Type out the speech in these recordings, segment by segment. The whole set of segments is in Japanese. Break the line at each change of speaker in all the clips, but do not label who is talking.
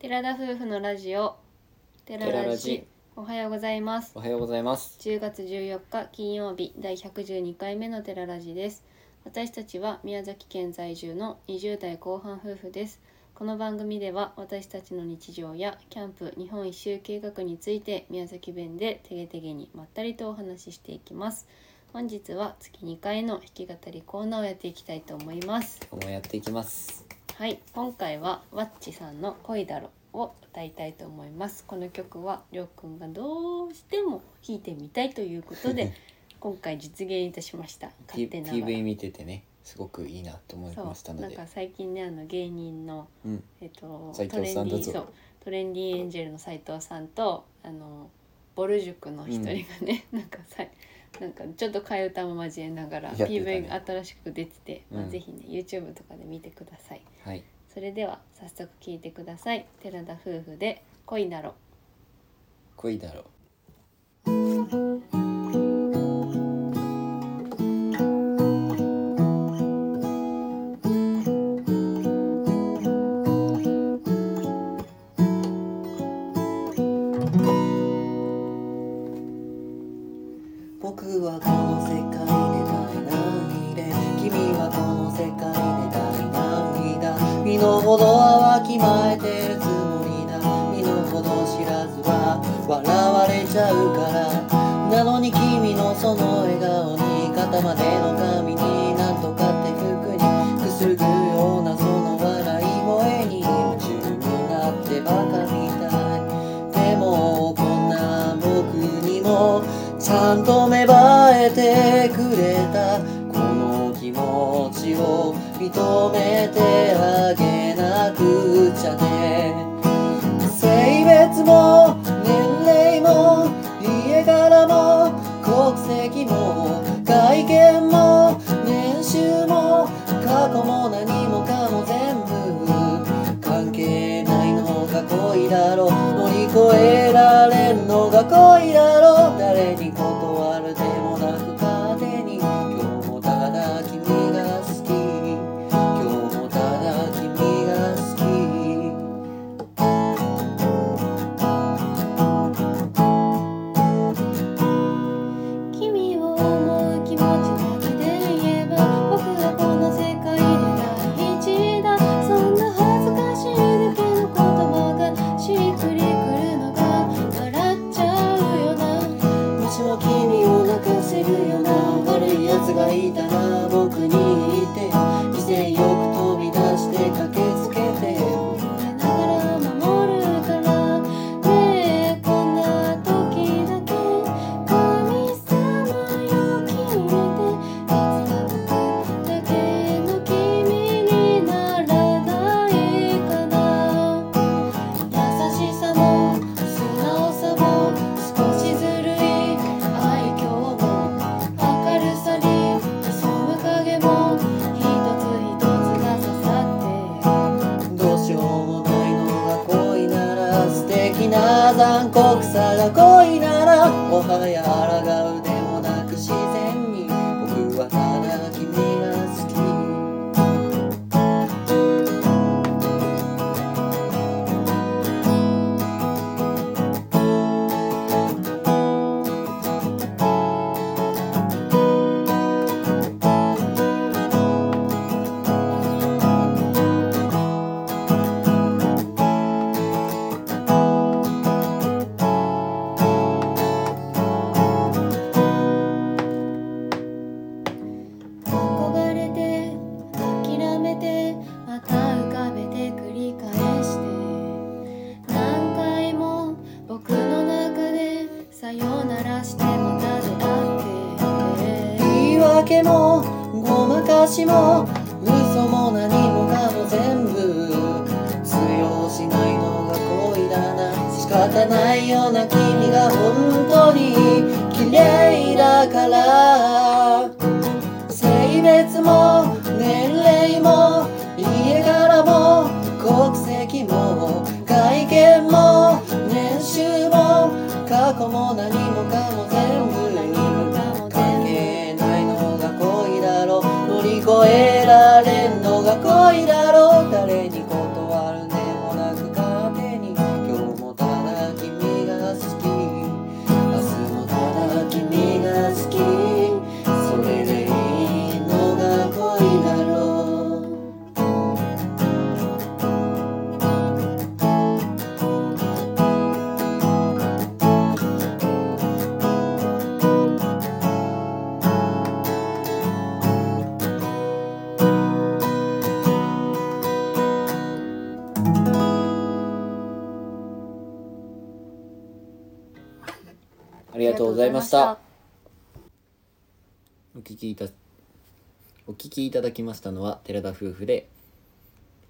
寺田夫婦のラジオ寺ラ
寺
ジ
ラジ
おはようございます
おはようございます
10月14日金曜日第112回目の寺ラジです私たちは宮崎県在住の20代後半夫婦ですこの番組では私たちの日常やキャンプ日本一周計画について宮崎弁でてげてげにまったりとお話ししていきます本日は月2回の弾き語りコーナーをやっていきたいと思います
今日もやっていきます
はい、今回はワッチさんの恋だろを歌いたいと思います。この曲はりょうくんがどうしても弾いてみたいということ で今回実現いたしました。勝
T-
手ながら
TV 見ててねすごくいいなと思いまし
そ
た
う、な
の
ん
で
か最近ねあの芸人の
うん
えっと
斉
トレ
藤さ
ン
ん
ディ
だぞ
そうトレンディエンジェルの斉藤さんとあのボル塾の一人がね、なんかさなんかちょっと替え歌も交えながら、
やってたね
PV が新しく出てて、ま
う
あ
ん
ぜひね YouTube とかで見てください。
はい
それでは早速聞いてください寺田夫婦で恋だろ
恋だろう
僕はこの世界で第何位で君はこの世界で第何位だ身の程はわきまえてるつもりだ身の程知らずは笑われちゃうからなのに君のその笑顔に肩までの髪になんとかって服にくすぐるようなその笑い声に夢中になってバカみたいでもこんな僕にもちゃんと芽生えてくれたこの気持ちを認めてあげなくちゃね性別も年齢も家柄も国籍も外見も年収も過去も何もかも全部関係ないのが恋だろう乗り越えられんのが恋だろう誰に断るでもなく勝手に今日もただ君が好き今日もただ君が好き
う君を思う気持ちだけで言えば僕はこの世界で第一だそんな恥ずかしいだけの言葉がしっくりくるのが笑っちゃうよな
もしも君を泣かせるような悪い奴がいたら僕に言って犠牲よく飛び出して駆けつけて
寝ながら守るからねえこんな時だけ神様よ決めていつか僕だけの君にならないかな
優しさも素直さも少しずるい愛嬌も
明るさに潜む影も一つ一つが刺さっ
どうしようもないのが恋なら素敵な残酷さが恋ならもはや抗うでもなく自然に僕はただ君が好き
て憧れて諦めてまた浮かべて繰り返して何回も僕の中でさよならしてまた出会って
言い訳もごまかしも嘘も何もかも全部通用しないのが恋だな仕方ないような君が本当に綺麗だから性別も年齢も家柄も国籍も外見も年収も過去も何もかも全部
何もかも全
関
部
係ないのが恋だろう乗り越えられんのが恋だろう誰に断るでもなく勝手に
ありがとうございました。お聞きいたお聞きいただきましたのは寺田夫婦で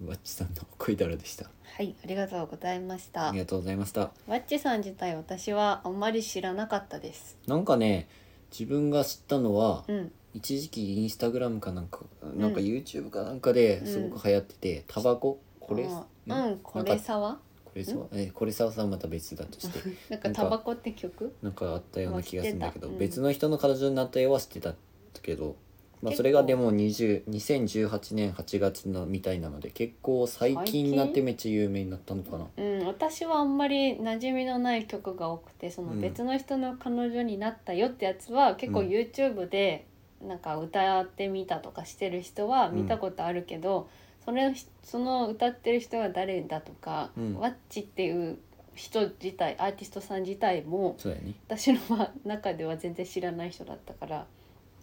わっちさんの恋だろでした
はい、ありがとうございまし
あ
た
り。がとうございました
ワッチさん自体私はあんまり知らなかったです。
なんかね自分が知ったのは、
うん、
一時期インスタグラムかなんかなんか
うん
YouTube かなんかですごく流行ってて、タバコこれ
あ
な
うん、これさは
これさえこれさはさまた別だとして
なんかタバコって曲？
なんかあったような気がするんだけど、
まあ知ってたうん
別の人の彼女になった絵は知ってたけど、まあ、
結構
それがでも20 2018年8月のみたいなので結構最
最
近
近
になってめっちゃ有名になったのかな
うん、私はあんまり馴染みのない曲が多くてその
うん
別の人の彼女になったよってやつは結構
うん
YouTube でなんか歌ってみたとかしてる人は見たことあるけど、それその歌ってる人が誰だとか、
うん
ワッチっていう人自体アーティストさん自体も
そうだよね
私のま中では全然知らない人だったから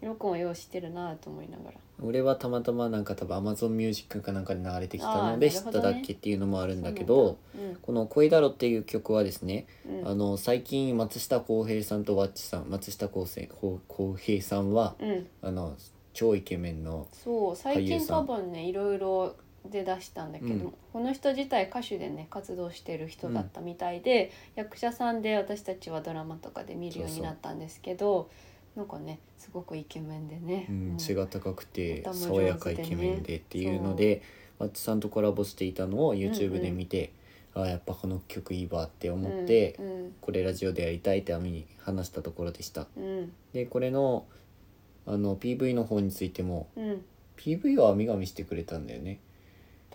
よくもよう知ってるなと思いながら。
俺はたまたまなんか多分 AmazonMusic かなんかに流れてきた
あー
ので
な
知
る
っ
ほ
た
どね
だけっていうのもあるんだけどこの「恋だろ」っていう曲はですね
うんうん
あの最近松下洸平さんとワッチさん松下洸生洸洸平さんは
うん
あの超イケメンの
そう最
俳優
近
さ
多
ん
分ねいろいろで出したんだけども、
うん
この人自体歌手でね活動してる人だったみたいで、役者さんで私たちはドラマとかで見るようになったんですけどなんかねすごくイケメンでね、
うん
もう
背が高くて
頭上手でね
爽やかイケメンでっていうのでワッチさんとコラボしていたのを YouTube で見て、ああやっぱこの曲いいわって思って、
うん
これラジオでやりたいってアミに話したところでした
うん
でこれのあの PV の方についても
うん、うん、
PV はアミが見してくれたんだよね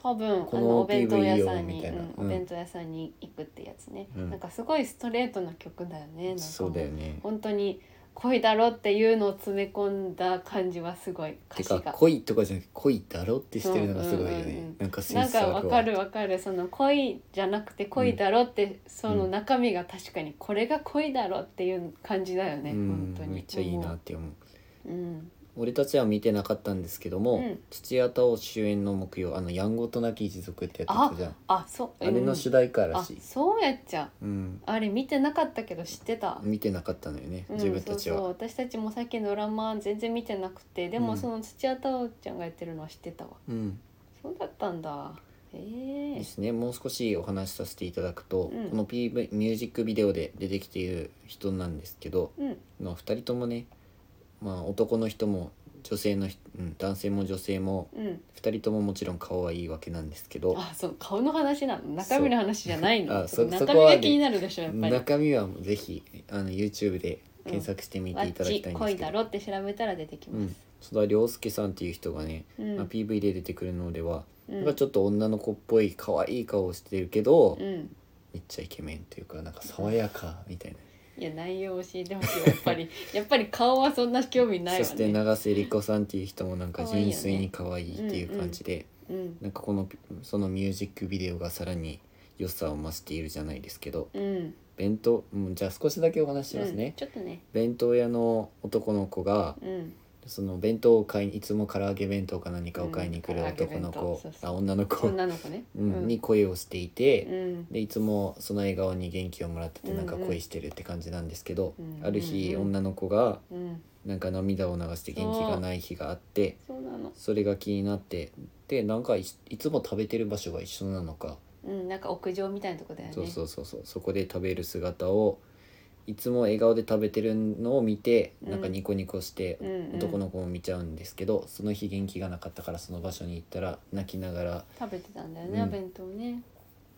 多分
こ
あ
の
のお弁当屋さ
PV
ん
いい
に、
よみたいな
う、
うんん
お弁当屋さんに行くってやつね、
うん
なんかすごいストレートな曲だよねなんかも
そうだよね
本当に恋だろっていうのを詰め込んだ感じはすごい歌
て
詞
か
が
恋とかじゃなくて恋だろってしてるのがすごいよね、
うんうんうんうん
なんかセ
な
ン
ん
スあ
かわ
るわ
かるわかるその恋じゃなくて恋だろって、その中身が確かにこれが恋だろっていう感じだよね、
うん
本当に
めっちゃいいなって思う
うん
俺たちは見てなかったんですけども、
うん
土屋太鳳主演の木曜あの「やんごとなき一族」ってやってたじゃんあ,、
あそう
れの主題歌ら
う
しい
んあ、そうやっちゃ
うん、
あれ見てなかったけど知ってた、
見てなかったのよね、
うん
自分たちは
そうそう私たちもさっきのドラマ全然見てなくてでも
うん
その土屋太鳳ちゃんがやってるのは知ってたわ
うん
そうだったんだええ
で
ー、
すねもう少しお話しさせていただくと、
うん
この PV ミュージックビデオで出てきている人なんですけど、
うん
まあ、2人ともね、まあ、男の人も女性の人、うん、男性も女性も
うん
2人とももちろん顔はいいわけなんですけど
あそう顔の話なの中身の話じゃないの
そうあそ
中
そ
身
こは
が
ね
気になるでしょやっぱり
中身はぜひあの YouTube で検索してみ
わ
て
っ
いただき
ち
たいんです
恋
けど
だ、ろって調べたら出てき
う
ま
ん
す。、
津田涼介さんっていう人がね、
うん
まあ、PV で出てくるのでは、
うん
なんかちょっと女の子っぽい可愛い顔をしてるけど、
うん
めっちゃイケメンというかなんか爽やかみたいな、
いや内容教えてほしいわやっぱり やっぱり顔はそんな興味ない
そ
わ
して
ね。
永瀬莉子さんっていう人もなんか
可愛いよね
純粋に可愛いっていう感じで、
うん
なんかこのそのミュージックビデオがさらに良さを増しているじゃないですけど
うん
弁当、うん、じゃあ少しだけお話しします
うん
ね、
ちょっとね。
弁当屋の男の子が
うん
その弁当を買いにいつも唐揚げ弁当か何かを買いに来る
うん唐揚げ
男
弁
の
当
子、
そうそう
あ女の子、
女の子ね。
うんに恋をしていて、
うん
でいつもその笑顔に元気をもらっててなんか
うんうん
恋してるって感じなんですけど、
うん
ある日、
うんうん
女の子が
うん
なんか涙を流して元気がない日があって
そうなの。
それが気になってでなんかいいつも食べてる場所が一緒なのか、
うんなんか屋上みたいなとこだよね。
そうそうそうそうそこで食べる姿をいつも笑顔で食べてるのを見てなんかニコニコして
うんうん
男の子も見ちゃうんですけど、その日元気がなかったからその場所に行ったら泣きながら
食べてたんだよね、
う
お
ん
弁当ね。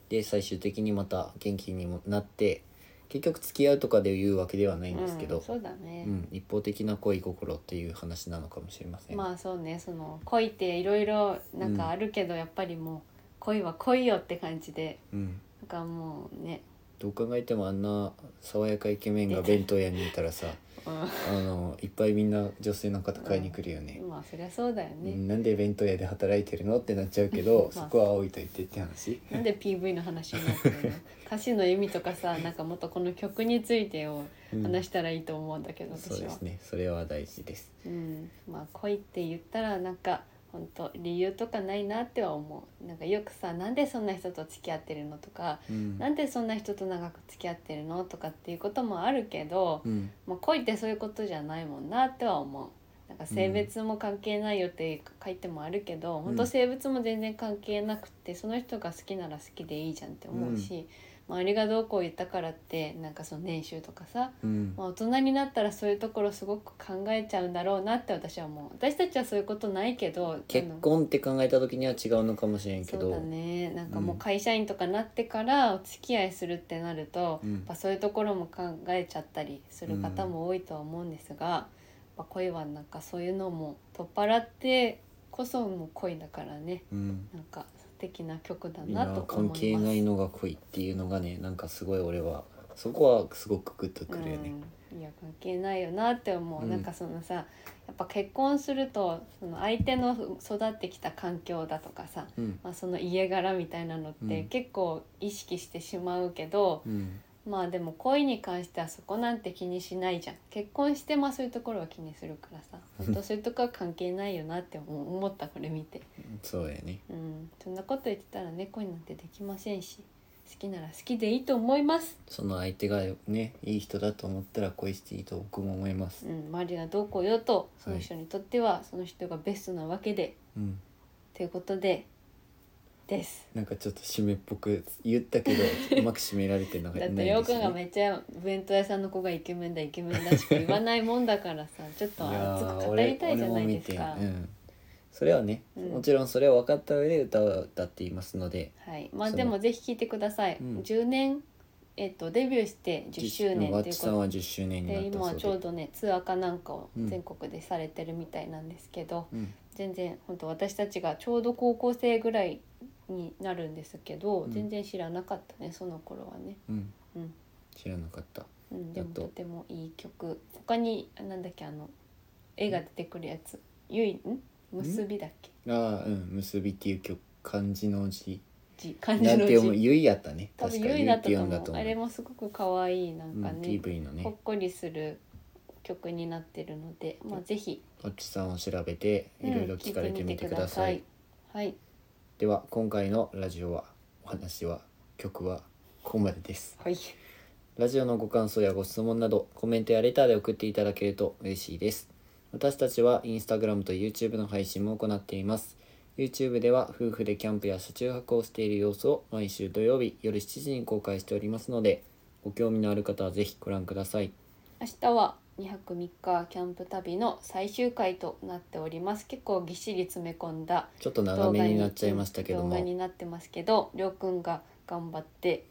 で最終的にまた元気にもなって結局付き合うとかで言うわけではないんですけ
う
ど
ん、、そうだ
うん
ね。
一方的な恋心っていう話なのかもしれません。
まあそうねその恋っていろいろなんかあるけど、やっぱりもう恋は恋よって感じで
うん
なんかもうね。
どう考えてもあんな爽やかイケメンが弁当屋にいたらさ
うん
あのいっぱいみんな女性の方買いに来るよね、
まあそりゃそうだよ
う
ね。
ん、なんで弁当屋で働いてるのってなっちゃうけど
ま
そ
あ
こは置いといてって話
なんで PV の話になって るの歌詞の意味とかさなんかもっとこの曲についてを
うん
話したらいいと思うんだけど、
そう
私
で
は
すねそれは大事です
うん、まあ恋って言ったらなんか本当理由とかないなっては思うなんかよくさなんでそんな人と付き合ってるのとか
うん
なんでそんな人と長く付き合ってるのとかっていうこともあるけど、
うん
まあ、恋ってそういうことじゃないもんなっては思うなんか性別も関係ないよって書いてもあるけど、本当性別も全然関係なくてその人が好きなら好きでいいじゃんって思うし、周りがどうこう言ったからってなんかその年収とかさ、
うん
まあ、大人になったらそういうところすごく考えちゃうんだろうなって私は思う私たちはそういうことないけど
結婚って考えた時には違うのかもしれんけ
そう
ど
だねなんかもううん会社員とかなってからお付き合いするってなると、
うん
やっぱそういうところも考えちゃったりする方も多いとは思うんですが、やっぱ恋はなんかそういうのも取っ払ってこそもう恋だからね
うん
なんか素敵な曲だ
い
な
や
と思い
関
ます。
係ないのが恋っていうのがねなんかすごい俺はそこはすごくグッとくるよね。
うん、いや関係ないよなって思う、
うん
なんかそのさやっぱ結婚するとその相手の育ってきた環境だとかさ、
うん
まあ、その家柄みたいなのっ
う
て
ん
結構意識してしまうけど、
うん
まあでも恋に関してはそこなんて気にしないじゃん結婚してまあそういうところは気にするからさ本当そういうとこは関係ないよなって思う思ったこれ見て、
そうだよね。
うん、そんなこと言ってたらね恋なんてできませんし好きなら好きでいいと思います、
その相手がねいい人だと思ったら恋していいと僕も思います
う。ん、周りがどうこうようとその人にとってはその人がベストなわけで
うん、
ということでです。
なんかちょっと締めっぽく言っ たけどうまく締められてなかっ
だ
た
ってようくんがめっちゃ弁当屋さんの子がイケメンだイケメンだしか言わないもんだからさちょっと熱く語りたいじゃないですか、
うん、それはね、
うん
もちろんそれは分かった上で歌を歌っていますので
はいまあ
その
でもぜひ聞いてください、
うん
10年えっとデビューして10周年
ワ
と
ッ
いう
チ
こ
さん
と
は10周年に
で
なった
今はち
そ
ょ
う
う
で
どねツアーかなんかを
うん
全国でされてるみたいなんですけど、
うん
全然本当私たちがちょうど高校生ぐらいになるんですけど、
うん
全然知らなかったねその頃はね、
うん
うん
知らなかった
うん、でも
あと
とてもいい曲他になんだっけあの絵が出てくるやつ「ゆいん結び」だっけ
ああうん「結び」っていう曲漢字の字
字漢
な
字
ん
の
て読む「
字
ゆい」やったね
多分
か
ゆいだったと思うあ
う
れもすごく可愛いなんか
うん
ね、
PV の
ほっ
ね
こりする曲になってるので、まあ、ぜひ、
ワッチさんを調べていろいろ聞かれてみてください、
はい、
では今回のラジオはお話は曲はここまでです
はい、
ラジオのご感想やご質問などコメントやレターで送っていただけると嬉しいです私たちはインスタグラムと YouTube の配信も行っています YouTube では夫婦でキャンプや車中泊をしている様子を毎週土曜日夜7時に公開しておりますのでご興味のある方はぜひご覧ください
明日は2泊3日キャンプ旅の最終回となっております結構ぎっしり詰め込んだ
ちょっと長めになっちゃいましたけど
動画に
も
なってますけどりょうくんが頑張って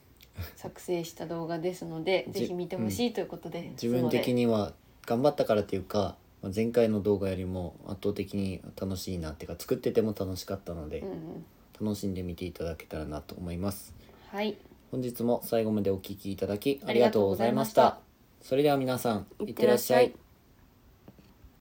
作成した動画ですので
じ
ぜひ見てほしいということで、
自分的には頑張ったからというかまあ前回の動画よりも圧倒的に楽しいなっていうか作ってても楽しかったので
うんうん、
楽しんで見ていただけたらなと思います
はい
本日も最後までお聞きいただきありがとうございました。それでは皆さん、いってらっしゃい。